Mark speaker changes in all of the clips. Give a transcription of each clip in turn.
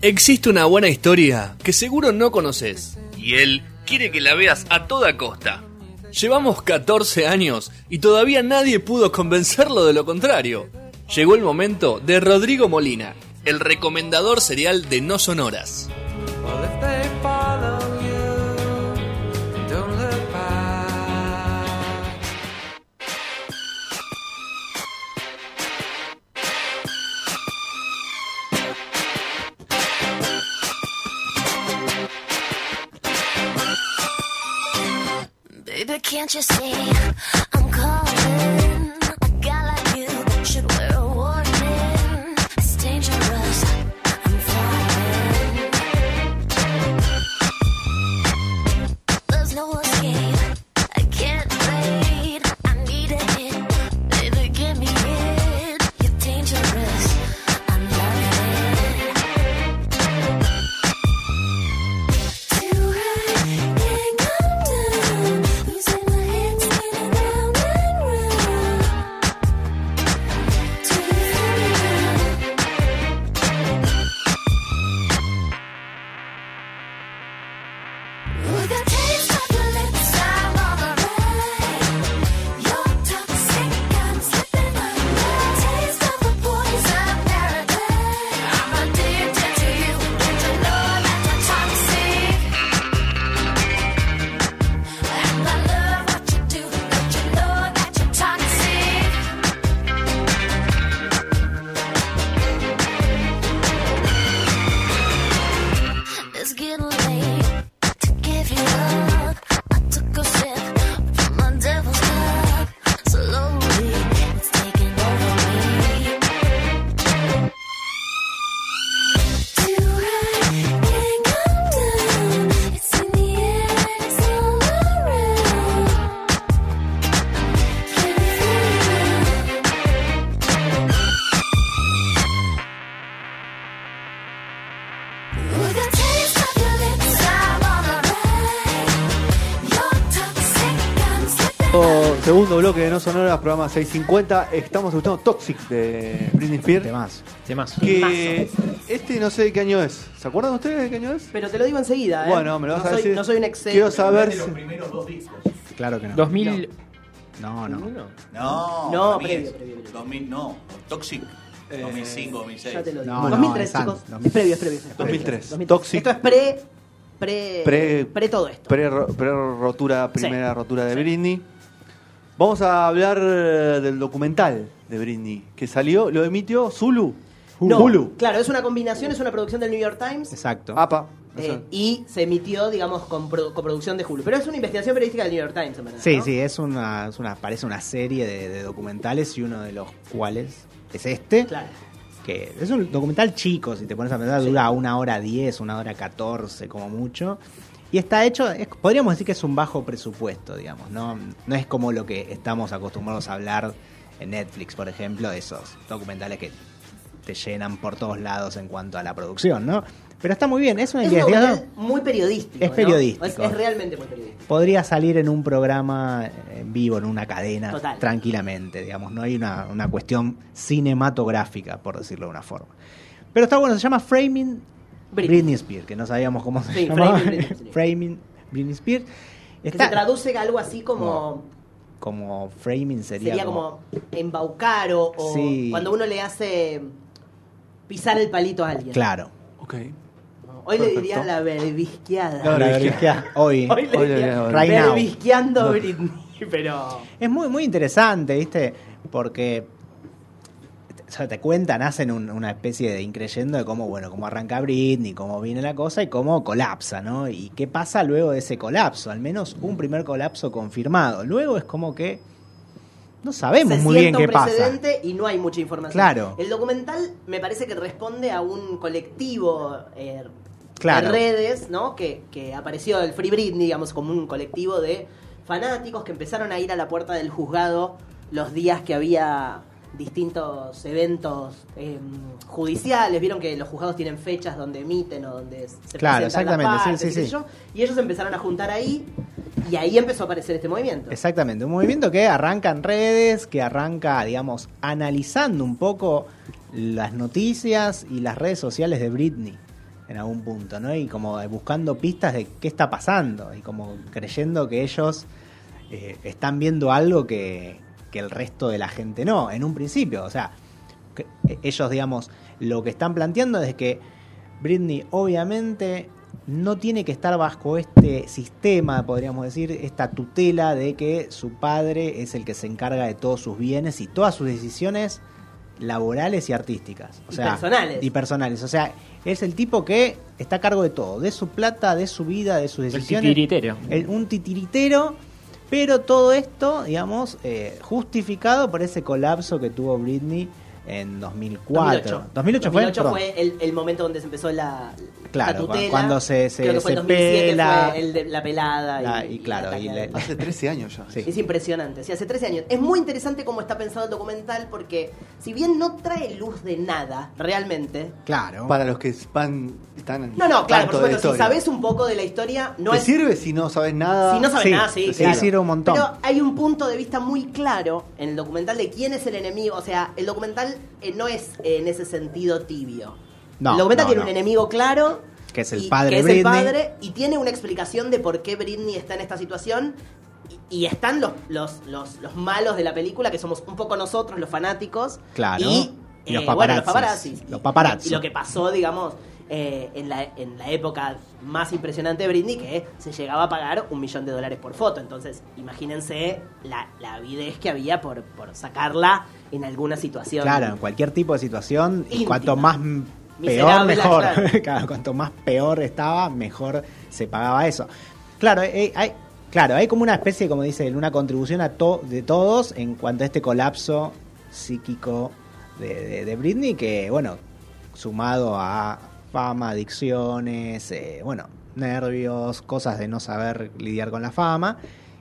Speaker 1: Existe una buena historia que seguro no conoces y él quiere que la veas a toda costa. Llevamos 14 años y todavía nadie pudo convencerlo de lo contrario. Llegó el momento de Rodrigo Molina, el recomendador serial de No Sonoras.
Speaker 2: Baby, can't you see I'm calling? A guy like you should wear a warning. It's dangerous. I'm falling. There's no escape. I can't wait. I need a hit. Baby, give me it. You're dangerous. I'm loving it. I'm addicted to you, and you know that you're toxic. And I love what you do, but you know that you're toxic. It's getting late to give you up. I took a sip from my devil's cup. Slowly, it's taking over me. Do I can't come down? It's in the air, it's all around. Can you feel it? With the taste of your lips, I'm on a ride. You're toxic, I'm slipping.
Speaker 3: Oh, Segundo bloque de No Sonoras, programa 650. Estamos escuchando Toxic de Britney Spears.
Speaker 4: Temas, temas.
Speaker 3: Que este no sé de qué año es. ¿Se acuerdan ustedes de qué año es?
Speaker 5: Pero te lo digo enseguida, ¿eh?
Speaker 3: Bueno, me lo vas
Speaker 5: no
Speaker 3: a
Speaker 5: soy,
Speaker 3: decir.
Speaker 5: No soy un excel.
Speaker 3: Quiero saber. si-
Speaker 6: Claro que no.
Speaker 4: 2000.
Speaker 6: No, no.
Speaker 7: No,
Speaker 5: No,
Speaker 7: para mí
Speaker 5: previo,
Speaker 7: es
Speaker 5: previo, previo.
Speaker 7: 2000, no. Toxic. 2005, 2006.
Speaker 5: Ya te lo digo.
Speaker 6: No, no,
Speaker 5: 2003,
Speaker 6: es antes,
Speaker 5: chicos.
Speaker 6: 2000.
Speaker 5: Es previo, es previo. es previo.
Speaker 3: 2003.
Speaker 5: 2003.
Speaker 3: Toxic.
Speaker 5: Esto es pre. Pre.
Speaker 3: Pre-
Speaker 5: Pre, todo esto.
Speaker 3: Pre- Pre-rotura, primera
Speaker 5: Sí.
Speaker 3: rotura de Britney. Vamos a hablar eh, del documental de Britney que salió, lo emitió Zulu.
Speaker 5: no,
Speaker 3: Hulu.
Speaker 5: Claro, es una combinación, es una producción del New York Times.
Speaker 6: Exacto.
Speaker 3: Apa.
Speaker 5: eh,
Speaker 3: Eso.
Speaker 5: y se emitió, digamos, con produ- coproducción de Hulu. Pero es una investigación periodística del New York Times, en verdad.
Speaker 6: Sí,
Speaker 5: ¿no?
Speaker 6: sí, es una, es una, parece una serie de, de documentales y uno de los cuales es este,
Speaker 5: Claro.
Speaker 6: que es un documental chico, si te pones a pensar, dura una hora diez, una hora catorce como mucho, y está hecho, es- podríamos decir que es un bajo presupuesto, digamos, ¿no? no es como lo que estamos acostumbrados a hablar en Netflix, por ejemplo, de esos documentales que te llenan por todos lados en cuanto a la producción, ¿no? Pero está muy bien, es una
Speaker 5: Es un
Speaker 6: investigación-
Speaker 5: documental muy periodístico.
Speaker 6: Es
Speaker 5: ¿no?
Speaker 6: periodístico.
Speaker 5: Es, es realmente muy periodístico.
Speaker 6: podría salir en un programa eh, en vivo, en una cadena,
Speaker 5: Total.
Speaker 6: tranquilamente, digamos. No hay una, una cuestión cinematográfica, por decirlo de una forma. Pero está bueno, se llama Framing
Speaker 5: Britney.
Speaker 6: Britney, Spears, que no sabíamos cómo se
Speaker 5: Sí,
Speaker 6: llamaba.
Speaker 5: Framing Britney Spears.
Speaker 6: Framing Britney Spears.
Speaker 5: Que
Speaker 6: Está
Speaker 5: se traduce algo así como.
Speaker 6: como framing sería,
Speaker 5: sería como embaucar o, o
Speaker 6: Sí.
Speaker 5: cuando uno le hace pisar el palito a alguien.
Speaker 6: Claro.
Speaker 3: Ok.
Speaker 5: Hoy le
Speaker 3: perfecto.
Speaker 5: diría la verbisqueada.
Speaker 3: La
Speaker 6: La verdad que hoy.
Speaker 5: Hoy le
Speaker 3: Hoy le
Speaker 5: diría
Speaker 3: diría la
Speaker 6: Right now.
Speaker 5: verbisqueando a Britney, pero
Speaker 6: Es muy, muy interesante, ¿viste? Porque o sea, te cuentan, hacen un- una especie de increyendo de cómo, bueno, cómo arranca Britney, cómo viene la cosa y cómo colapsa, ¿no? Y qué pasa luego de ese colapso, al menos un primer colapso confirmado. Luego es como que no sabemos
Speaker 5: se
Speaker 6: muy bien
Speaker 5: sienta
Speaker 6: qué
Speaker 5: un
Speaker 6: pasa.
Speaker 5: precedente y no hay mucha información.
Speaker 6: Claro.
Speaker 5: El documental me parece que responde a un colectivo eh,
Speaker 6: Claro.
Speaker 5: de redes, ¿no? Que, que apareció el Free Britney, digamos, como un colectivo de fanáticos que empezaron a ir a la puerta del juzgado los días que había distintos eventos eh, judiciales. Vieron que los juzgados tienen fechas donde emiten o donde se presentan
Speaker 6: Claro,
Speaker 5: las
Speaker 6: exactamente, sí,
Speaker 5: partes,
Speaker 6: sí,
Speaker 5: y qué
Speaker 6: sí.
Speaker 5: sé yo. Y ellos empezaron a juntar ahí y ahí empezó a aparecer este movimiento.
Speaker 6: Exactamente, un movimiento que arranca en redes, que arranca, digamos, analizando un poco las noticias y las redes sociales de Britney. en algún punto, ¿no? Y como eh, buscando pistas de qué está pasando y como creyendo que ellos eh, están viendo algo que, que el resto de la gente no, en un principio. O sea, que ellos, digamos, lo que están planteando es que Britney obviamente no tiene que estar bajo este sistema, podríamos decir, esta tutela de que su padre es el que se encarga de todos sus bienes y todas sus decisiones laborales y artísticas. O
Speaker 5: Y
Speaker 6: sea,
Speaker 5: personales.
Speaker 6: Y personales. O sea, es el tipo que está a cargo de todo, de su plata, de su vida, de sus
Speaker 4: El
Speaker 6: decisiones.
Speaker 4: titiritero.
Speaker 6: El- un titiritero, pero todo esto, digamos, eh, justificado por ese colapso que tuvo Britney en 2004.
Speaker 5: 2008,
Speaker 6: 2008, fue, Perdón.
Speaker 5: fue el, el momento donde se empezó la, la
Speaker 6: Claro, cu-
Speaker 5: tutela.
Speaker 6: cuando se- se-
Speaker 5: Creo que fue
Speaker 6: se
Speaker 5: el 2007
Speaker 6: pela.
Speaker 5: fue el de la pelada. y-
Speaker 6: La- y
Speaker 5: y, el
Speaker 6: claro,
Speaker 5: ataque
Speaker 6: y
Speaker 5: al-
Speaker 6: le- le-
Speaker 3: Hace 13 años ya.
Speaker 6: Sí.
Speaker 5: Es impresionante, sí, hace 13 años. Es muy interesante cómo está pensado el documental porque si bien no trae luz de nada, realmente...
Speaker 6: Claro.
Speaker 3: Para los que van, están
Speaker 5: No,
Speaker 3: tanto
Speaker 5: no, claro, por
Speaker 3: de la
Speaker 5: supuesto, si
Speaker 3: historia.
Speaker 5: sabes un poco de la historia, no
Speaker 3: ¿Te
Speaker 5: es...
Speaker 3: sirve si no sabes nada?
Speaker 5: Si no sabes
Speaker 6: Sí,
Speaker 5: nada, sí,
Speaker 6: te
Speaker 5: claro.
Speaker 6: sirve un montón.
Speaker 5: Pero hay un punto de vista muy claro en el documental de quién es el enemigo. O sea, el documental eh, no es eh, en ese sentido tibio.
Speaker 6: No,
Speaker 5: el documental
Speaker 6: no,
Speaker 5: tiene
Speaker 6: no.
Speaker 5: un enemigo claro.
Speaker 6: Que es el
Speaker 5: y-
Speaker 6: padre
Speaker 5: que es
Speaker 6: Britney.
Speaker 5: el padre y tiene una explicación de por qué Britney está en esta situación. Y, y están los, los, los, los malos de la película, que somos un poco nosotros, los fanáticos.
Speaker 6: Claro.
Speaker 5: Y,
Speaker 6: Y los
Speaker 5: eh, bueno, los
Speaker 6: paparazzis.
Speaker 5: paparazzis.
Speaker 6: Los paparazzi.
Speaker 5: Y lo que pasó, digamos, eh, en, la, en la época más impresionante de Britney, que se llegaba a pagar un millón de dólares por foto. Entonces, imagínense la, la avidez que había por, por sacarla en alguna situación.
Speaker 6: Claro, en cualquier tipo de situación, y
Speaker 5: Íntima.
Speaker 6: cuanto más m- peor,
Speaker 5: Miserable,
Speaker 6: mejor.
Speaker 5: claro.
Speaker 6: Claro, cuanto más peor estaba, mejor se pagaba eso. Claro, eh, hay, claro, hay como una especie, como dice, una contribución a to- de todos en cuanto a este colapso psíquico de, de- de Britney, que bueno, sumado a fama, adicciones, eh, bueno, nervios, cosas de no saber lidiar con la fama.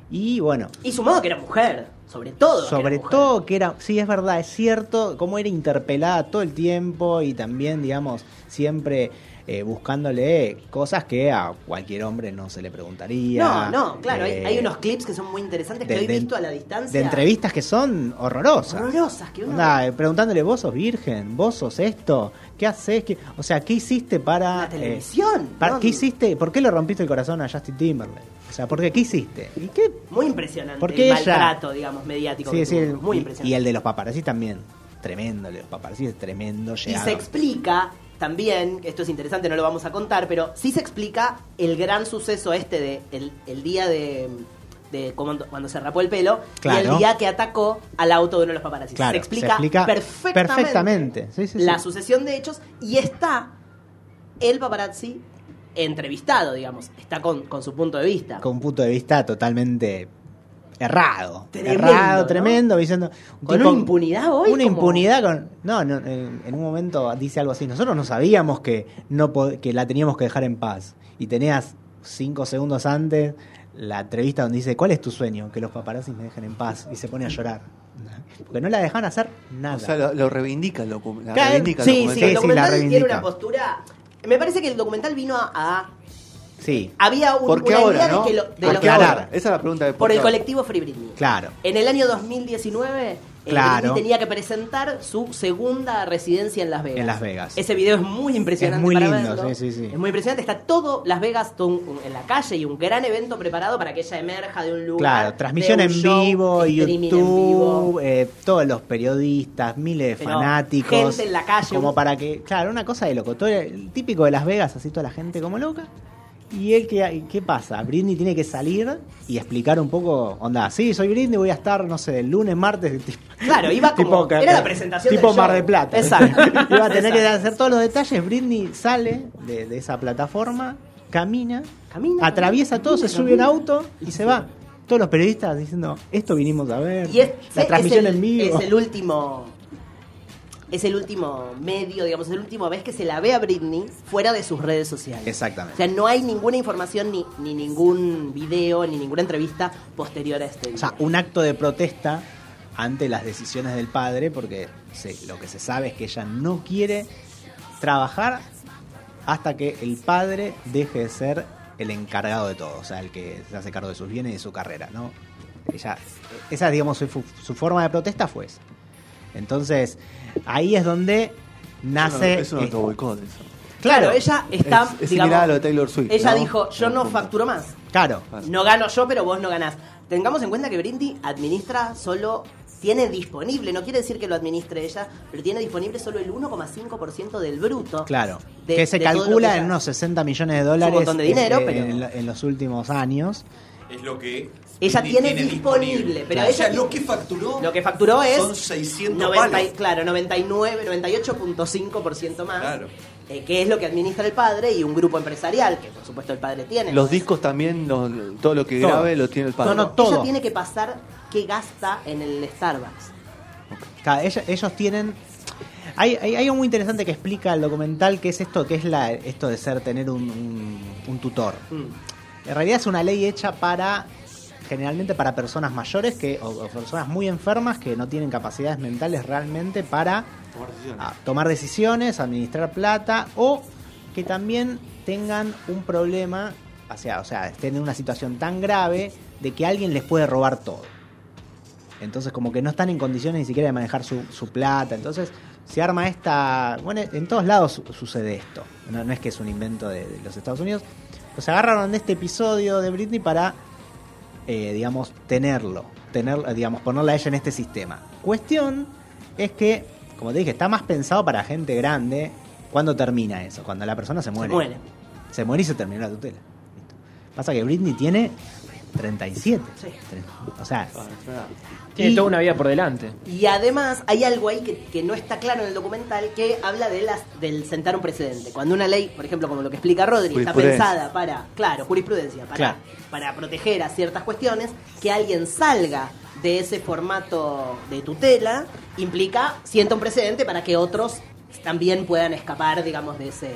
Speaker 6: Y bueno,
Speaker 5: Y sumado que era mujer, sobre todo. que era
Speaker 6: sobre
Speaker 5: mujer.
Speaker 6: todo que era, sí, es verdad, es cierto, cómo era interpelada todo el tiempo y también, digamos, siempre eh, buscándole cosas que a cualquier hombre no se le preguntaría.
Speaker 5: No, no, claro, hay-
Speaker 6: Eh,
Speaker 5: hay, unos clips que son muy interesantes
Speaker 6: de-
Speaker 5: que
Speaker 6: de-
Speaker 5: he visto a la distancia.
Speaker 6: De entrevistas que son horrorosas.
Speaker 5: Horrorosas, que uno-
Speaker 6: Onda, eh, preguntándole, vos sos virgen, vos sos esto, ¿qué haces? ¿Qué- O sea, ¿qué hiciste para...
Speaker 5: La
Speaker 6: eh,
Speaker 5: televisión,
Speaker 6: para-
Speaker 5: ¿no?
Speaker 6: ¿Qué hiciste? ¿Por qué le rompiste el corazón a Justin Timberlake? O sea, ¿por qué? ¿Qué hiciste? ¿Y qué
Speaker 5: Muy impresionante.
Speaker 6: Porque
Speaker 5: el
Speaker 6: ella-
Speaker 5: maltrato, digamos, mediático.
Speaker 6: Sí,
Speaker 5: que
Speaker 6: sí,
Speaker 5: tuvo.
Speaker 6: el-
Speaker 5: muy
Speaker 6: y-
Speaker 5: impresionante.
Speaker 6: Y el de los paparazzi también. Tremendo, el de los paparazzi es tremendo.
Speaker 5: Y
Speaker 6: llegado.
Speaker 5: se explica también, esto es interesante, no lo vamos a contar, pero sí se explica el gran suceso este de el, el día de, de cuando, cuando se rapó el pelo y
Speaker 6: Claro.
Speaker 5: el día que atacó al auto de uno de los paparazzi. se,
Speaker 6: Claro, se
Speaker 5: explica
Speaker 6: explica
Speaker 5: perfectamente,
Speaker 6: perfectamente. Sí, sí, sí.
Speaker 5: la sucesión de hechos y está el paparazzi entrevistado, digamos, está con, con su punto de vista.
Speaker 6: Con un punto de vista totalmente errado.
Speaker 5: Tremendo,
Speaker 6: errado,
Speaker 5: ¿no?
Speaker 6: tremendo. Diciendo, un
Speaker 5: Con
Speaker 6: tipo-
Speaker 5: una impunidad hoy,
Speaker 6: Una
Speaker 5: como-
Speaker 6: impunidad con. No, no, en, en un momento dice algo así. Nosotros no sabíamos que, no pod- que la teníamos que dejar en paz. Y tenías cinco segundos antes la entrevista donde dice: ¿Cuál es tu sueño? Que los paparazzi me dejen en paz. Y se pone a llorar. Porque no la dejan hacer nada.
Speaker 3: O sea, lo, lo reivindica el docu- la
Speaker 6: Claro,
Speaker 3: reivindica el
Speaker 6: sí,
Speaker 5: Sí, el
Speaker 3: documental.
Speaker 6: sí, la
Speaker 5: documental tiene
Speaker 6: reivindica.
Speaker 5: una postura... Me parece que el documental vino a... a-
Speaker 6: sí,
Speaker 5: había un,
Speaker 3: ¿Por qué
Speaker 5: una
Speaker 3: ahora,
Speaker 5: idea
Speaker 3: no?
Speaker 5: de que lo, de
Speaker 3: ¿Por
Speaker 5: lo-
Speaker 3: qué ahora? Esa es la pregunta de
Speaker 5: por el
Speaker 3: qué ahora.
Speaker 5: colectivo Free Britney.
Speaker 6: claro.
Speaker 5: En el año 2019, eh,
Speaker 6: Claro.
Speaker 5: Britney tenía que presentar su segunda residencia en Las Vegas.
Speaker 6: En Las Vegas.
Speaker 5: Ese video es muy impresionante.
Speaker 6: Es muy
Speaker 5: para
Speaker 6: lindo,
Speaker 5: verlo.
Speaker 6: sí, sí, sí.
Speaker 5: Es muy impresionante. Está todo Las Vegas todo un- un- en la calle y un gran evento preparado para que ella emerja de un lugar.
Speaker 6: Claro,
Speaker 5: de
Speaker 6: transmisión
Speaker 5: un
Speaker 6: en
Speaker 5: show,
Speaker 6: vivo,
Speaker 5: streaming en
Speaker 6: YouTube,
Speaker 5: vivo.
Speaker 6: eh, todos los periodistas, miles de
Speaker 5: Pero
Speaker 6: fanáticos.
Speaker 5: gente en la calle,
Speaker 6: Como
Speaker 5: un-
Speaker 6: para que, claro, una cosa de loco. Todo el típico de Las Vegas, así toda la gente como loca. Y él, ¿qué, ¿qué pasa? Britney tiene que salir y explicar un poco, onda, sí, soy Britney, voy a estar, no sé, el lunes, martes. tipo-
Speaker 5: Claro, iba como-
Speaker 6: que-
Speaker 5: era la presentación
Speaker 6: Tipo
Speaker 5: del
Speaker 6: Mar
Speaker 5: show.
Speaker 6: de Plata.
Speaker 5: Exacto.
Speaker 6: Iba a tener que
Speaker 5: Exacto.
Speaker 6: hacer todos los detalles. Britney sale de, de esa plataforma, camina,
Speaker 5: Camina,
Speaker 6: atraviesa
Speaker 5: camina,
Speaker 6: todo, se
Speaker 5: camina,
Speaker 6: sube un
Speaker 5: camina.
Speaker 6: auto y se va. Todos los periodistas diciendo, esto vinimos a ver.
Speaker 5: Y es,
Speaker 6: la
Speaker 5: es
Speaker 6: transmisión
Speaker 5: el-
Speaker 6: en vivo.
Speaker 5: Es el último. Es el último medio, digamos, es la última vez que se la ve a Britney fuera de sus redes sociales.
Speaker 6: Exactamente.
Speaker 5: O sea, no hay ninguna información, ni, ni ningún video, ni ninguna entrevista posterior a este día.
Speaker 6: O sea, un acto de protesta ante las decisiones del padre, porque se- lo que se sabe es que ella no quiere trabajar hasta que el padre deje de ser el encargado de todo, o sea, el que se hace cargo de sus bienes y de su carrera, ¿no? Ella, esa, digamos, su, su forma de protesta fue esa. Entonces, ahí es donde nace...
Speaker 3: Es un
Speaker 6: eh,
Speaker 3: autoboicot eso.
Speaker 5: Claro,
Speaker 6: Claro,
Speaker 5: ella está.
Speaker 3: es, es
Speaker 5: digamos,
Speaker 3: similar a lo de Taylor Swift.
Speaker 5: ella
Speaker 3: ¿no?
Speaker 5: dijo: Yo no
Speaker 3: Punto.
Speaker 5: facturo más.
Speaker 6: Claro.
Speaker 5: No gano yo, pero vos no ganás. Tengamos en cuenta que Brindy administra solo, tiene disponible, no quiere decir que lo administre ella, pero tiene disponible solo el 1,5% del bruto.
Speaker 6: Claro,
Speaker 5: de-
Speaker 6: que se
Speaker 5: de todo lo
Speaker 6: calcula
Speaker 5: que
Speaker 6: en
Speaker 5: ella-
Speaker 6: unos 60 millones de dólares
Speaker 5: montón de dinero,
Speaker 6: este,
Speaker 5: pero-
Speaker 6: en, lo- en los últimos años.
Speaker 7: Es lo que.
Speaker 5: Ella
Speaker 7: Britney
Speaker 5: tiene disponible, pero
Speaker 7: o
Speaker 5: ella
Speaker 7: sea,
Speaker 5: tiene-
Speaker 7: lo que facturó.
Speaker 5: Lo que facturó es.
Speaker 7: Son 600 palos.
Speaker 5: Claro, 99, 98.5% más.
Speaker 7: Claro.
Speaker 5: eh, que es lo que administra el padre y un grupo empresarial, que por supuesto el padre tiene.
Speaker 3: Los discos también, los- todo lo que
Speaker 6: Todo.
Speaker 3: grabe lo tiene el padre.
Speaker 6: No, no,
Speaker 5: Ella
Speaker 6: todo.
Speaker 5: tiene que pasar qué gasta en el Starbucks.
Speaker 6: Claro, ella- ellos tienen. Hay, hay, hay algo muy interesante que explica el documental, que es esto, que es la, esto de ser tener un, un- un tutor.
Speaker 5: Mm.
Speaker 6: En realidad es una ley hecha para generalmente para personas mayores que o, o personas muy enfermas que no tienen capacidades mentales realmente para
Speaker 3: Tomar decisiones.
Speaker 6: a tomar decisiones, administrar plata o que también tengan un problema, o sea, o sea, estén en una situación tan grave de que alguien les puede robar todo. Entonces como que no están en condiciones ni siquiera de manejar su, su plata. Entonces se arma esta... Bueno, en todos lados su- sucede esto. No, no es que es un invento de, de los Estados Unidos. Pues se agarraron de este episodio de Britney para, eh, digamos, tenerlo. Tener, digamos, ponerla a ella en este sistema. Cuestión es que, como te dije, está más pensado para gente grande. ¿Cuándo termina eso? Cuando la persona se muere.
Speaker 5: Se muere.
Speaker 6: Se muere y se terminó la tutela. Listo. Pasa que Britney tiene 37.
Speaker 5: Sí.
Speaker 6: O sea,
Speaker 3: Ah, espera.
Speaker 4: Tiene
Speaker 6: Y-
Speaker 4: toda una vida por delante.
Speaker 5: Y además hay algo ahí que, que no está claro en el documental que habla de las, del sentar un precedente. Cuando una ley, por ejemplo, como lo que explica Rodri, está
Speaker 3: Jurisprudencia.
Speaker 5: pensada para, claro, jurisprudencia, para,
Speaker 6: Claro.
Speaker 5: para proteger a ciertas cuestiones, que alguien salga de ese formato de tutela implica sienta un precedente para que otros también puedan escapar, digamos, de ese... de-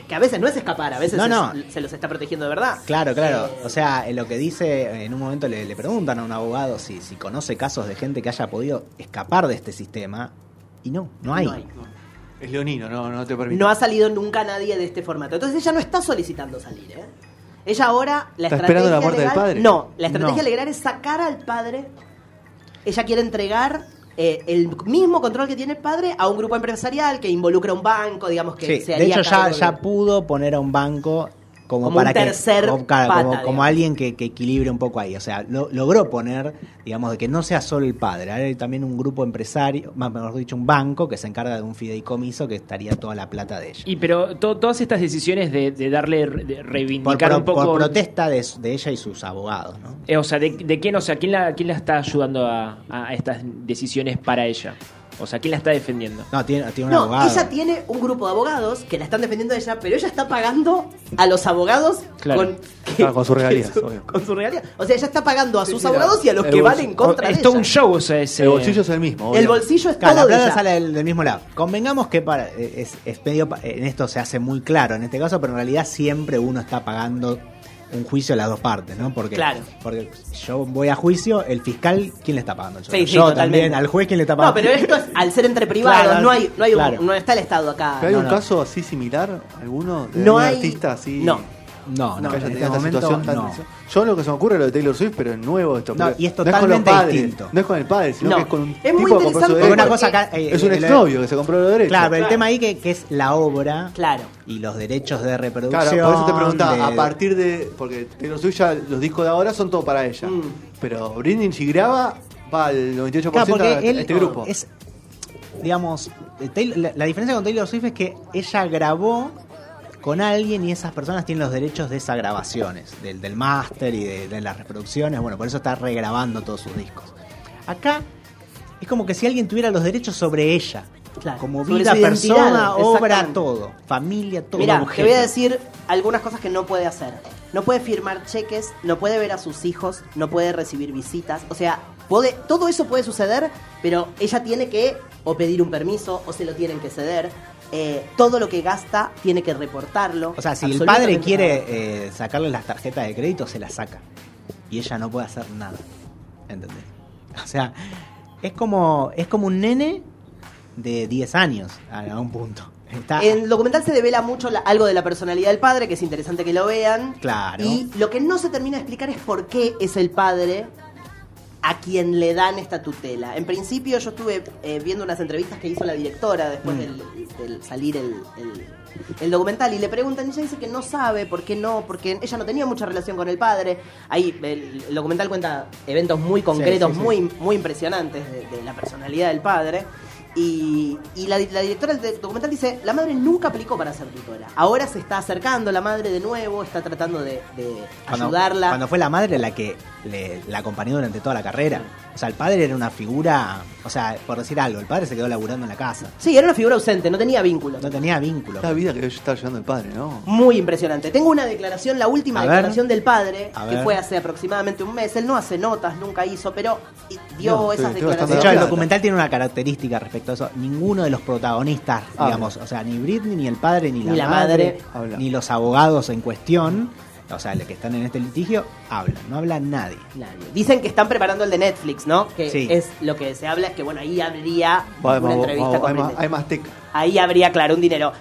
Speaker 5: de- Que a veces no es escapar, a veces
Speaker 6: No, no.
Speaker 5: es- se los está protegiendo de verdad.
Speaker 6: Claro, claro.
Speaker 5: Eh,
Speaker 6: O sea, eh, lo que dice, en un momento le, le preguntan a un abogado si, si conoce casos de gente que haya podido escapar de este sistema. Y no, no hay.
Speaker 5: no hay.
Speaker 3: Es leonino, no, no te permite.
Speaker 5: No ha salido nunca nadie de este formato. Entonces ella no está solicitando salir, ¿eh? Ella ahora la
Speaker 3: ¿Está
Speaker 5: estrategia
Speaker 3: esperando la muerte del
Speaker 5: legal-
Speaker 3: padre?
Speaker 5: No, la estrategia
Speaker 6: No.
Speaker 5: legal es sacar al padre. Ella quiere entregar eh, el mismo control que tiene el padre a un grupo empresarial que involucra un banco, digamos que
Speaker 6: Sí,
Speaker 5: se
Speaker 6: de
Speaker 5: haría
Speaker 6: hecho, ya,
Speaker 5: cargo de-
Speaker 6: ya pudo poner a un banco como,
Speaker 5: Como un
Speaker 6: para que.
Speaker 5: tercer
Speaker 6: como, claro,
Speaker 5: pata,
Speaker 6: como- como
Speaker 5: digamos.
Speaker 6: alguien que, que equilibre un poco ahí. O sea, lo- logró poner, digamos, de que no sea solo el padre. Ahora hay también un grupo empresario, más mejor dicho, un banco que se encarga de un fideicomiso que estaría toda la plata de ella.
Speaker 4: Y pero to- todas estas decisiones de, de darle, re- de
Speaker 6: Por,
Speaker 4: reivindicar
Speaker 6: pro-
Speaker 4: un poco...
Speaker 6: por protesta de, su- de ella y sus abogados, ¿no?
Speaker 4: Eh, o sea, de, de quién, o sea, quién la, quién la está ayudando a, a estas decisiones para ella? O sea, ¿quién la está defendiendo?
Speaker 6: No, tiene, tiene un
Speaker 5: No,
Speaker 6: abogado.
Speaker 5: ella tiene un grupo de abogados que la están defendiendo a ella, pero ella está pagando a los abogados
Speaker 4: Claro.
Speaker 5: con,
Speaker 3: Ah, con sus regalías, obvio.
Speaker 5: con su realidad. O sea, ella está pagando a
Speaker 3: Sí,
Speaker 5: sus
Speaker 3: sí, la-
Speaker 5: abogados y a los
Speaker 3: el
Speaker 5: que van
Speaker 3: bolsillo-
Speaker 5: en contra de
Speaker 4: oh, es todo
Speaker 5: ella.
Speaker 4: un show, o sea, ese-
Speaker 3: El bolsillo es el mismo.
Speaker 5: El
Speaker 3: obvio.
Speaker 5: bolsillo es
Speaker 6: Claro,
Speaker 5: todo de
Speaker 6: la plata
Speaker 5: ella.
Speaker 6: sale del, del mismo lado. Convengamos que para, eh, es, es medio, pa- eh, en esto se hace muy claro en este caso, pero en realidad siempre uno está pagando un juicio a las dos partes, ¿no? Porque,
Speaker 5: Claro.
Speaker 6: porque yo voy a juicio, el fiscal, ¿quién le está pagando? el
Speaker 5: Sí,
Speaker 6: sueldo?
Speaker 5: sí,
Speaker 6: yo
Speaker 5: totalmente.
Speaker 6: también, al juez, ¿quién le está
Speaker 5: No,
Speaker 6: pagando?
Speaker 5: pero esto es al ser entre privados,
Speaker 6: Claro,
Speaker 5: no hay, no hay un-
Speaker 6: claro.
Speaker 5: no está el Estado acá.
Speaker 3: ¿Pero ¿Hay
Speaker 6: No,
Speaker 3: un
Speaker 6: no.
Speaker 3: caso así similar? ¿Alguno? ¿De
Speaker 5: No
Speaker 3: algún
Speaker 5: hay-
Speaker 3: artista así?
Speaker 5: no.
Speaker 6: No, no,
Speaker 3: que haya
Speaker 6: en
Speaker 3: tenido
Speaker 6: este
Speaker 3: esta
Speaker 6: momento,
Speaker 3: situación tan...
Speaker 6: no.
Speaker 3: Yo lo que se me ocurre es lo de Taylor Swift, pero es nuevo esto.
Speaker 6: No,
Speaker 3: porque
Speaker 6: y es
Speaker 3: no con los
Speaker 6: totalmente
Speaker 3: padres,
Speaker 6: distinto.
Speaker 3: No es con el padre, sino
Speaker 5: No.
Speaker 3: que es con un
Speaker 5: Es
Speaker 3: tipo
Speaker 5: muy
Speaker 3: que compró su
Speaker 5: interesante
Speaker 3: derecho.
Speaker 6: Porque una
Speaker 5: porque-
Speaker 6: cosa acá, eh,
Speaker 3: Es un
Speaker 6: eh,
Speaker 3: exnovio que se compró los derechos.
Speaker 6: Claro, pero el tema ahí que, que es la obra
Speaker 5: Claro.
Speaker 6: y los derechos de reproducción.
Speaker 3: Claro, por eso te preguntaba,
Speaker 6: de-
Speaker 3: a partir de. Porque Taylor Swift ya los discos de ahora son todo para ella.
Speaker 5: Mm.
Speaker 3: Pero Britney, si graba, va al 98%
Speaker 6: Claro,
Speaker 3: a
Speaker 6: porque
Speaker 3: este-
Speaker 6: él
Speaker 3: este grupo.
Speaker 6: es, digamos, eh, Taylor- la, la diferencia con Taylor Swift es que ella grabó con alguien y esas personas tienen los derechos de esas grabaciones, del, del máster y de, de las reproducciones. Bueno, por eso está regrabando todos sus discos. Acá es como que si alguien tuviera los derechos sobre ella,
Speaker 5: Claro,
Speaker 6: como
Speaker 5: sobre
Speaker 6: vida,
Speaker 5: su identidad,
Speaker 6: persona, obra,
Speaker 5: exactamente.
Speaker 6: todo, familia, todo.
Speaker 5: Mira, te
Speaker 6: objeto.
Speaker 5: voy a decir algunas cosas que no puede hacer. No puede firmar cheques, no puede ver a sus hijos, no puede recibir visitas. O sea, puede- todo eso puede suceder, pero ella tiene que o pedir un permiso o se lo tienen que ceder. Eh, todo lo que gasta tiene que reportarlo.
Speaker 6: O sea, si el
Speaker 5: Absolutamente
Speaker 6: padre
Speaker 5: nada.
Speaker 6: quiere eh, sacarle las tarjetas de crédito, se las saca. Y ella no puede hacer nada. ¿Entendés? O sea, es como, es como un nene de 10 años a, a un punto. Está,
Speaker 5: En el documental se devela mucho la- algo de la personalidad del padre, que es interesante que lo vean.
Speaker 6: Claro.
Speaker 5: Y lo que no se termina de explicar es por qué es el padre a quien le dan esta tutela. En principio yo estuve eh, viendo unas entrevistas que hizo la directora
Speaker 6: Mm.
Speaker 5: después del, del salir el, el- el documental y le preguntan, y ella dice que no sabe, por qué no, porque ella no tenía mucha relación con el padre. Ahí el, el documental cuenta eventos muy concretos,
Speaker 6: sí, sí.
Speaker 5: muy, muy impresionantes de, de la personalidad del padre. Y, y la, la directora del documental dice, la madre nunca aplicó para ser tutora. Ahora se está acercando la madre de nuevo, está tratando de, de
Speaker 6: Cuando-
Speaker 5: ayudarla.
Speaker 6: Cuando fue la madre la que le- la acompañó durante toda la carrera. O sea, el padre era una figura, o sea, por decir algo, el padre se quedó laburando en la casa.
Speaker 5: Sí, era una figura ausente, no tenía vínculo.
Speaker 6: No tenía vínculo.
Speaker 3: La vida que estaba llevando el padre, ¿no?
Speaker 5: Muy impresionante. Tengo una declaración, la última
Speaker 6: A ver.
Speaker 5: declaración del padre,
Speaker 6: A
Speaker 5: que
Speaker 6: ver.
Speaker 5: fue hace aproximadamente un mes. Él no hace notas, nunca hizo, pero y- dio
Speaker 3: No, estoy- estoy
Speaker 5: esas
Speaker 3: bastante
Speaker 6: De
Speaker 5: declaraciones.
Speaker 6: hecho, el
Speaker 3: Plata.
Speaker 6: documental tiene una característica respecto a eso. Ninguno de los protagonistas,
Speaker 3: Habla.
Speaker 6: digamos, o sea, ni Britney, ni el padre, ni la,
Speaker 5: Ni la madre.
Speaker 6: madre,
Speaker 3: Habla.
Speaker 6: ni los abogados en cuestión, o sea, los que están en este litigio, hablan. No habla nadie.
Speaker 5: Nadie. Dicen que están preparando el de Netflix, ¿no? Que
Speaker 6: Sí.
Speaker 5: es lo que se habla, es que bueno, ahí habría
Speaker 3: Va, va,
Speaker 5: una
Speaker 3: va,
Speaker 5: entrevista
Speaker 3: va,
Speaker 5: con
Speaker 3: hay, más,
Speaker 5: Britney.
Speaker 3: hay más teca.
Speaker 5: Ahí habría, claro, un dinero.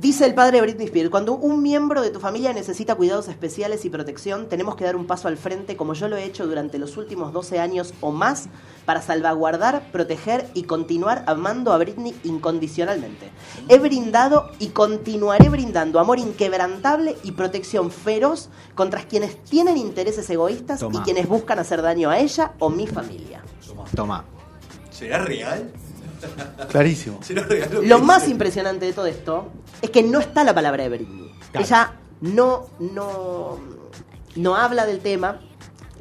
Speaker 5: Dice el padre de Britney Spears, cuando un miembro de tu familia necesita cuidados especiales y protección, tenemos que dar un paso al frente como yo lo he hecho durante los últimos 12 años o más para salvaguardar, proteger y continuar amando a Britney incondicionalmente. He brindado y continuaré brindando amor inquebrantable y protección feroz contra quienes tienen intereses egoístas y
Speaker 6: Tomá.
Speaker 5: quienes buscan hacer daño a ella o mi familia.
Speaker 6: Toma.
Speaker 7: ¿Será real?
Speaker 3: Clarísimo.
Speaker 7: ¿Será real? que
Speaker 5: Lo
Speaker 7: dice?
Speaker 5: más impresionante de todo esto es que no está la palabra de Britney.
Speaker 6: Claro.
Speaker 5: Ella no, no, no habla del tema,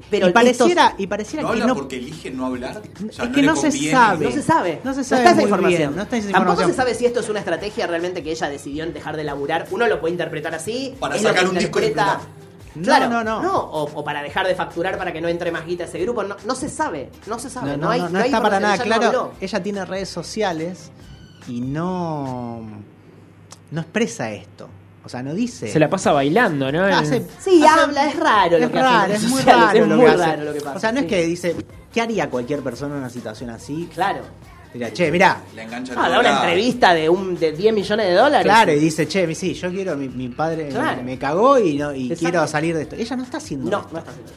Speaker 5: pero
Speaker 6: y
Speaker 5: estos-
Speaker 6: pareciera, y pareciera
Speaker 7: ¿No
Speaker 6: que
Speaker 7: habla
Speaker 6: no...
Speaker 7: porque elige no hablar? O sea,
Speaker 6: es que
Speaker 7: le
Speaker 6: no se
Speaker 7: conviene.
Speaker 6: sabe.
Speaker 5: no se sabe.
Speaker 6: No se sabe
Speaker 5: está esa
Speaker 6: muy
Speaker 5: información.
Speaker 6: bien, no está esa
Speaker 5: Tampoco
Speaker 6: información.
Speaker 5: se sabe si esto es una estrategia realmente que ella decidió en dejar de laburar. Uno lo puede interpretar así.
Speaker 7: Para
Speaker 5: es lo
Speaker 7: sacar
Speaker 5: que
Speaker 7: un disco y
Speaker 5: interpreta-
Speaker 6: No,
Speaker 5: Claro,
Speaker 6: no, no.
Speaker 5: o, o para dejar de facturar para que no entre más guita a ese grupo. No, no se sabe. No se sabe.
Speaker 6: No,
Speaker 5: No,
Speaker 6: no,
Speaker 5: hay,
Speaker 6: no, no
Speaker 5: hay
Speaker 6: está para nada
Speaker 5: información, ella no
Speaker 6: claro.
Speaker 5: habló.
Speaker 6: Ella tiene redes sociales y no, no expresa esto. O sea, no dice.
Speaker 4: Se la pasa bailando, ¿no?
Speaker 6: Ah, se-
Speaker 4: En-
Speaker 5: Sí,
Speaker 6: hace-
Speaker 5: habla, es raro lo
Speaker 6: es
Speaker 5: que hace en
Speaker 6: raro,
Speaker 5: redes
Speaker 6: es muy
Speaker 5: sociales,
Speaker 6: raro,
Speaker 5: es
Speaker 6: lo,
Speaker 5: muy
Speaker 6: que hace.
Speaker 5: raro lo que pasa,
Speaker 6: O sea, no
Speaker 5: sí.
Speaker 6: es que dice, ¿qué haría cualquier persona en una situación así?
Speaker 5: Claro.
Speaker 6: Diría, che, mirá,
Speaker 7: La engancha
Speaker 5: Ah,
Speaker 7: toda
Speaker 5: da una
Speaker 7: la-
Speaker 5: entrevista de un de 10 millones de dólares.
Speaker 6: claro, y dice, che, sí, yo quiero, mi, mi padre me-
Speaker 5: Claro.
Speaker 6: me cagó y, no, y
Speaker 5: Exacto.
Speaker 6: quiero salir de esto. Ella no está haciendo
Speaker 5: No,
Speaker 6: esto.
Speaker 5: no está haciendo.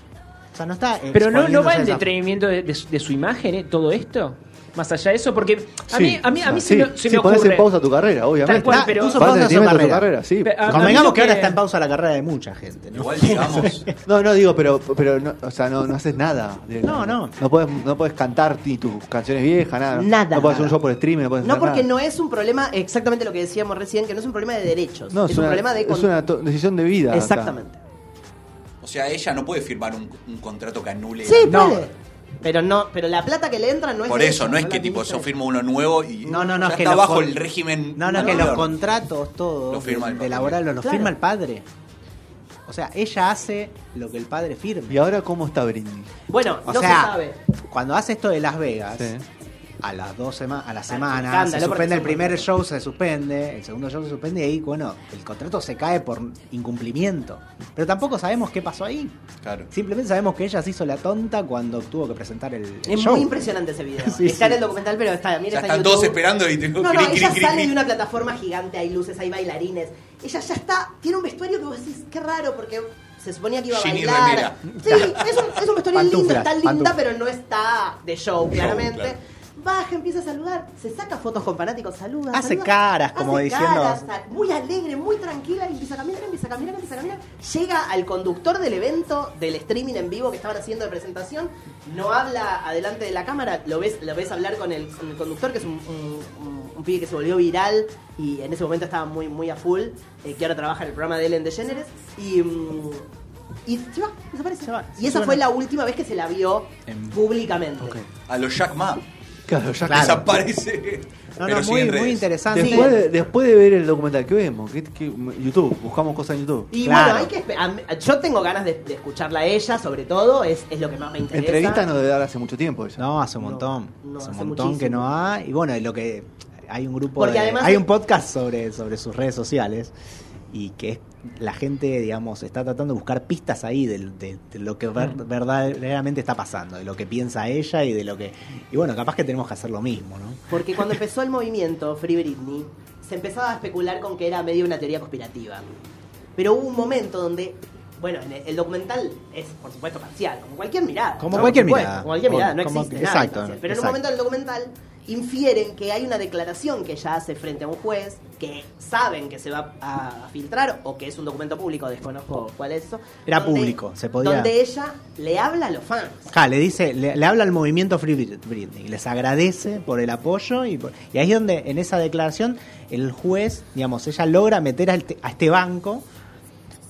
Speaker 6: O sea, no está
Speaker 4: Pero no, no va
Speaker 6: exponiéndose a
Speaker 4: en
Speaker 6: esa-
Speaker 4: detenimiento de, de su- de su imagen, ¿eh? Todo esto. Más allá de eso, porque a
Speaker 3: Sí.
Speaker 4: mí, a mí, a mí
Speaker 3: Sí,
Speaker 4: se me, se
Speaker 3: sí,
Speaker 4: me
Speaker 3: ponés
Speaker 4: ocurre.
Speaker 3: en pausa tu carrera, obviamente.
Speaker 4: Tal cual,
Speaker 6: Está-
Speaker 4: pero-
Speaker 6: puso en
Speaker 3: Vas
Speaker 6: Ah, pausa
Speaker 3: a
Speaker 6: su
Speaker 3: tener tu
Speaker 6: carrera.
Speaker 3: carrera, sí.
Speaker 4: Pero, ah,
Speaker 6: Convengamos que
Speaker 4: Amigo
Speaker 6: ahora
Speaker 4: que-
Speaker 6: está en pausa la carrera de mucha gente, ¿no?
Speaker 7: Igual digamos.
Speaker 3: No, no digo, pero, pero no, o sea, no, no haces nada.
Speaker 6: No, no.
Speaker 3: No puedes, no puedes cantar ni tus canciones viejas, nada.
Speaker 5: Nada,
Speaker 3: No puedes hacer un
Speaker 5: nada.
Speaker 3: show por streaming, no puedes
Speaker 5: No,
Speaker 3: hacer
Speaker 5: porque
Speaker 3: nada.
Speaker 5: no es un problema, exactamente lo que decíamos recién, que no es un problema de derechos.
Speaker 3: No,
Speaker 5: es, un
Speaker 3: una-
Speaker 5: problema de. con-
Speaker 3: Es una to- decisión de vida. acá.
Speaker 5: Exactamente.
Speaker 7: O sea, ella no puede firmar un, un contrato que anule.
Speaker 5: Sí,
Speaker 6: No.
Speaker 5: puede. Pero no, pero la plata que le entra no es.
Speaker 7: Por
Speaker 5: de
Speaker 7: eso,
Speaker 5: ella,
Speaker 7: no es que
Speaker 5: la
Speaker 7: tipo
Speaker 5: administra
Speaker 7: yo
Speaker 5: ella.
Speaker 7: firmo uno nuevo y
Speaker 6: No, no, no,
Speaker 7: ya
Speaker 6: es que
Speaker 7: está
Speaker 6: los
Speaker 7: bajo
Speaker 6: con-
Speaker 7: el régimen.
Speaker 6: No, no, que los
Speaker 7: anterior.
Speaker 6: contratos todos
Speaker 7: Lo firma el
Speaker 6: de
Speaker 7: padre.
Speaker 6: laboral los
Speaker 5: Claro.
Speaker 6: firma el padre. O sea, ella hace lo que el padre firme.
Speaker 3: ¿Y ahora cómo está Britney?
Speaker 5: Bueno,
Speaker 6: O
Speaker 5: no
Speaker 6: sea,
Speaker 5: se sabe.
Speaker 6: cuando hace esto de Las Vegas,
Speaker 3: Sí.
Speaker 6: a las dos semanas, a la
Speaker 5: un
Speaker 6: semana,
Speaker 5: escándalo, porque
Speaker 6: se suspende el
Speaker 5: son
Speaker 6: primer
Speaker 5: contratos.
Speaker 6: show, se suspende, el segundo show se suspende y ahí, bueno, el contrato se cae por incumplimiento. Pero tampoco sabemos qué pasó ahí.
Speaker 7: Claro.
Speaker 6: Simplemente sabemos que ella se hizo la tonta cuando tuvo que presentar el, el
Speaker 5: Es
Speaker 6: show.
Speaker 5: muy impresionante ese video.
Speaker 6: Sí,
Speaker 5: está en
Speaker 6: sí.
Speaker 5: el documental, pero está. Mira, está
Speaker 7: Ya
Speaker 5: en
Speaker 7: están todos
Speaker 5: YouTube.
Speaker 7: esperando y tengo
Speaker 5: No, no,
Speaker 7: cri, cri,
Speaker 5: ella
Speaker 7: cri,
Speaker 5: sale
Speaker 7: cri.
Speaker 5: de una plataforma gigante, hay luces, hay bailarines. Ella ya está, tiene un vestuario que vos decís, qué raro, porque se suponía que iba a
Speaker 7: Jean y
Speaker 5: bailar. Sí, es un, es un vestuario lindo,
Speaker 6: Pantuflas,
Speaker 5: está linda,
Speaker 6: pantuflas.
Speaker 5: pero no está de show, claramente.
Speaker 7: claro.
Speaker 5: Baja, empieza a saludar, se saca fotos con fanáticos, saluda.
Speaker 6: Hace
Speaker 5: saluda,
Speaker 6: caras, como diciendo-
Speaker 5: sal- muy alegre, muy tranquila, y empieza a caminar, empieza a caminar, empieza a caminar. Llega al conductor del evento, del streaming en vivo que estaban haciendo de presentación, no habla adelante de la cámara, lo ves, lo ves hablar con el, con el conductor, que es un, un- un- un pibe que se volvió viral y en ese momento estaba muy, muy a full, eh, que ahora trabaja en el programa de Ellen DeGeneres, y... mm, y se va, desaparece.
Speaker 6: Se va,
Speaker 5: y
Speaker 6: se
Speaker 5: esa
Speaker 6: sube
Speaker 5: fue
Speaker 6: una-
Speaker 5: la última vez que se la vio
Speaker 6: En-
Speaker 5: públicamente.
Speaker 7: A los Jack Ma.
Speaker 3: Claro, ya
Speaker 6: Claro.
Speaker 7: Desaparece.
Speaker 6: No,
Speaker 7: Pero
Speaker 6: no,
Speaker 7: sigue
Speaker 6: muy,
Speaker 7: en redes.
Speaker 6: muy interesante.
Speaker 3: Después, de, después de ver el documental, ¿qué vemos? ¿Qué- qué- YouTube, buscamos cosas en YouTube.
Speaker 5: Y
Speaker 6: Claro.
Speaker 5: bueno, hay que espe- a mí- yo tengo ganas de, de escucharla a ella, sobre todo, es, es lo que más me interesa.
Speaker 3: Entrevistas no debe dar hace mucho tiempo ella.
Speaker 6: No, hace un
Speaker 5: No,
Speaker 6: montón.
Speaker 5: no,
Speaker 6: hace un
Speaker 5: hace
Speaker 6: montón que
Speaker 5: muchísimo.
Speaker 6: no hay. Y bueno, y lo que hay un grupo
Speaker 5: Porque
Speaker 6: de-
Speaker 5: además-
Speaker 6: hay un podcast sobre, sobre sus redes sociales y que es- la gente, digamos, está tratando de buscar pistas ahí del- de, de lo que ver-
Speaker 5: Mm.
Speaker 6: verdaderamente está pasando, de lo que piensa ella y de lo que... Y bueno, capaz que tenemos que hacer lo mismo, ¿no?
Speaker 5: Porque cuando empezó el movimiento Free Britney, se empezaba a especular con que era medio una teoría conspirativa. Pero hubo un momento donde Bueno, en el, el documental es, por supuesto, parcial, como cualquier mirada.
Speaker 6: Como cualquier
Speaker 5: supuesto,
Speaker 6: mirada.
Speaker 5: Como cualquier
Speaker 6: Como-
Speaker 5: mirada, no
Speaker 6: como-
Speaker 5: existe nada de
Speaker 6: exacto,
Speaker 5: parcial. Pero en un
Speaker 6: exacto.
Speaker 5: momento del documental infieren que hay una declaración que ella hace frente a un juez, que saben que se va a, a filtrar o que es un documento público, desconozco cuál es eso.
Speaker 6: Era público, se podía-
Speaker 5: Donde ella le habla a los fans.
Speaker 6: Ja, le dice, le, le habla al movimiento Free Brit- Britney, les agradece por el apoyo y, por- y ahí es donde en esa declaración el juez, digamos, ella logra meter al te- a este banco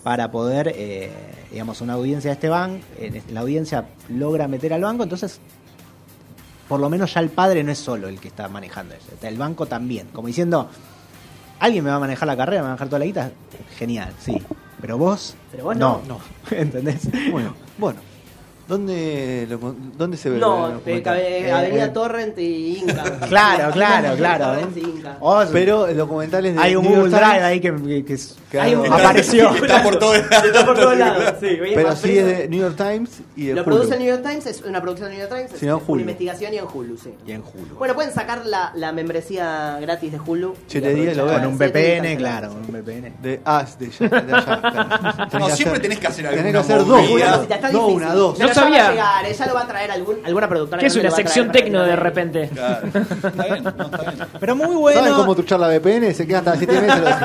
Speaker 6: para poder, eh, digamos, una audiencia de este banco, en est- la audiencia logra meter al banco, entonces por lo menos ya el padre no es solo el que está manejando, eso, está el banco también, como diciendo, alguien me va a manejar la carrera, me va a manejar toda la guita, genial, sí, pero vos,
Speaker 5: Pero vos
Speaker 6: no, ¿entendés?
Speaker 3: Bueno, bueno. ¿Dónde, lo con- ¿Dónde se ve? el
Speaker 5: No, eh,
Speaker 3: documental?
Speaker 5: cabe-
Speaker 6: Eh,
Speaker 5: Avenida
Speaker 6: eh.
Speaker 5: Torrent y Inca.
Speaker 6: Claro, claro,
Speaker 5: Avenida
Speaker 6: claro.
Speaker 5: Torrent y Inca.
Speaker 6: Oh,
Speaker 3: Pero el documental es de
Speaker 6: hay un
Speaker 3: New York
Speaker 6: Google Drive
Speaker 3: Times,
Speaker 6: ahí que, que- que es-
Speaker 3: Claro.
Speaker 5: Hay un-
Speaker 6: apareció.
Speaker 7: Está por todo el
Speaker 5: Está por todos lados, sí. Oye,
Speaker 3: Pero
Speaker 5: más
Speaker 3: sí
Speaker 5: preso.
Speaker 3: es de New York Times y de
Speaker 5: Ah, Lo
Speaker 3: Hulu.
Speaker 5: produce el New York Times, es una producción del New York Times, es
Speaker 3: Si no,
Speaker 5: una
Speaker 3: Hulu.
Speaker 5: investigación y en Hulu, sí.
Speaker 6: Y en Hulu.
Speaker 5: Bueno, pueden sacar la, la membresía gratis de Hulu. y
Speaker 3: Siete días y lo
Speaker 5: aprovechar.
Speaker 3: ven.
Speaker 6: Con un
Speaker 5: Siete días
Speaker 6: VPN,
Speaker 5: gratis.
Speaker 6: claro, con un VPN.
Speaker 3: De, ah, de allá. de allá, claro. Tenés
Speaker 7: No,
Speaker 3: que
Speaker 7: siempre tenés que hacer
Speaker 3: Tenés que
Speaker 7: alguna
Speaker 3: hacer dos.
Speaker 7: movida.
Speaker 3: una,
Speaker 5: Si te está
Speaker 3: No,
Speaker 5: difícil.
Speaker 3: una, dos.
Speaker 5: Pero ya
Speaker 4: No
Speaker 5: va a
Speaker 4: sabía.
Speaker 5: llegar, ella lo va a traer algún, alguna productora.
Speaker 4: ¿Qué es
Speaker 5: grande
Speaker 4: una
Speaker 5: lo va a traer
Speaker 4: sección
Speaker 5: para que
Speaker 4: tecno
Speaker 5: lo
Speaker 4: de
Speaker 5: vea.
Speaker 4: repente?
Speaker 7: Claro. Está bien, no, está bien.
Speaker 6: Pero muy
Speaker 3: ¿Saben cómo
Speaker 6: bueno.
Speaker 3: truchar la VPN? Se queda hasta 7 meses.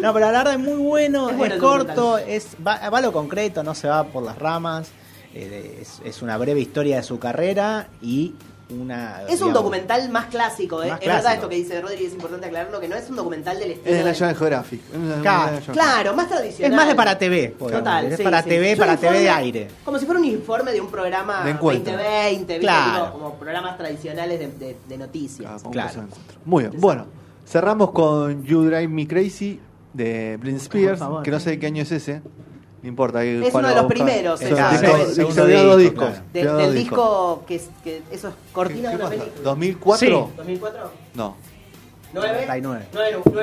Speaker 6: No, pero hablar de muy bueno,
Speaker 5: Es
Speaker 6: es,
Speaker 5: bueno el
Speaker 6: corto,
Speaker 5: documental.
Speaker 6: es va, va a lo concreto, no se va por las ramas. eh, de- es, es una breve historia de su carrera y una.
Speaker 5: Es un
Speaker 6: digamos,
Speaker 5: documental más clásico, ¿eh?
Speaker 6: Más
Speaker 5: Es verdad
Speaker 6: clásico.
Speaker 5: esto que dice Rodri, es importante aclararlo, que no es un documental del estilo.
Speaker 3: Es de
Speaker 5: de-
Speaker 3: National Geographic. Es de
Speaker 6: Claro.
Speaker 3: National Geographic.
Speaker 5: Claro, más tradicional.
Speaker 6: Es más de para TV, podemos
Speaker 5: Total,
Speaker 6: decir, es
Speaker 5: sí,
Speaker 6: para
Speaker 5: sí.
Speaker 6: TV,
Speaker 5: Es un
Speaker 6: para TV de
Speaker 5: informe-
Speaker 6: aire.
Speaker 5: Como si fuera un informe de un programa
Speaker 3: De encuentro.
Speaker 5: 2020, ¿viste?
Speaker 6: Claro.
Speaker 5: Tipo, como programas tradicionales de, de- de
Speaker 3: Ah,
Speaker 5: noticias.
Speaker 3: con
Speaker 6: Claro.
Speaker 3: caso de encuentro. Muy bien. Bueno, cerramos con You Drive Me Crazy de Blind Spears,
Speaker 6: Por favor.
Speaker 3: que no sé de qué año es ese. No importa. ahí
Speaker 5: Es
Speaker 3: Juan
Speaker 5: uno de
Speaker 3: lo
Speaker 5: los
Speaker 3: busca.
Speaker 5: primeros,
Speaker 3: Son
Speaker 5: eh,
Speaker 3: discos-
Speaker 5: claro.
Speaker 3: discos-
Speaker 6: Segundo
Speaker 3: de dos
Speaker 6: disco,
Speaker 3: discos.
Speaker 6: claro.
Speaker 5: De-
Speaker 3: de dos
Speaker 5: del
Speaker 3: discos.
Speaker 5: disco que, es- que eso es
Speaker 3: ¿Qué-
Speaker 5: cortina de
Speaker 3: qué pasa?
Speaker 5: una película.
Speaker 3: ¿2004?
Speaker 4: Sí.
Speaker 5: ¿2004?
Speaker 3: No,
Speaker 6: 99.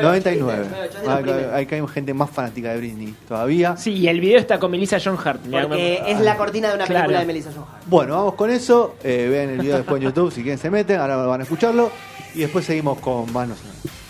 Speaker 3: 99. Ah,
Speaker 5: Ah,
Speaker 3: Hay que hay gente más fanática de Britney todavía.
Speaker 4: Sí, y el video está con Melissa John Hart. Me
Speaker 5: Porque
Speaker 4: hago-
Speaker 5: es la cortina de una película
Speaker 4: Claro.
Speaker 5: de Melissa Johan.
Speaker 3: Bueno, vamos con eso. Eh, vean el video después en YouTube si quieren se meten. Ahora van a escucharlo. Y después seguimos con más. no sé.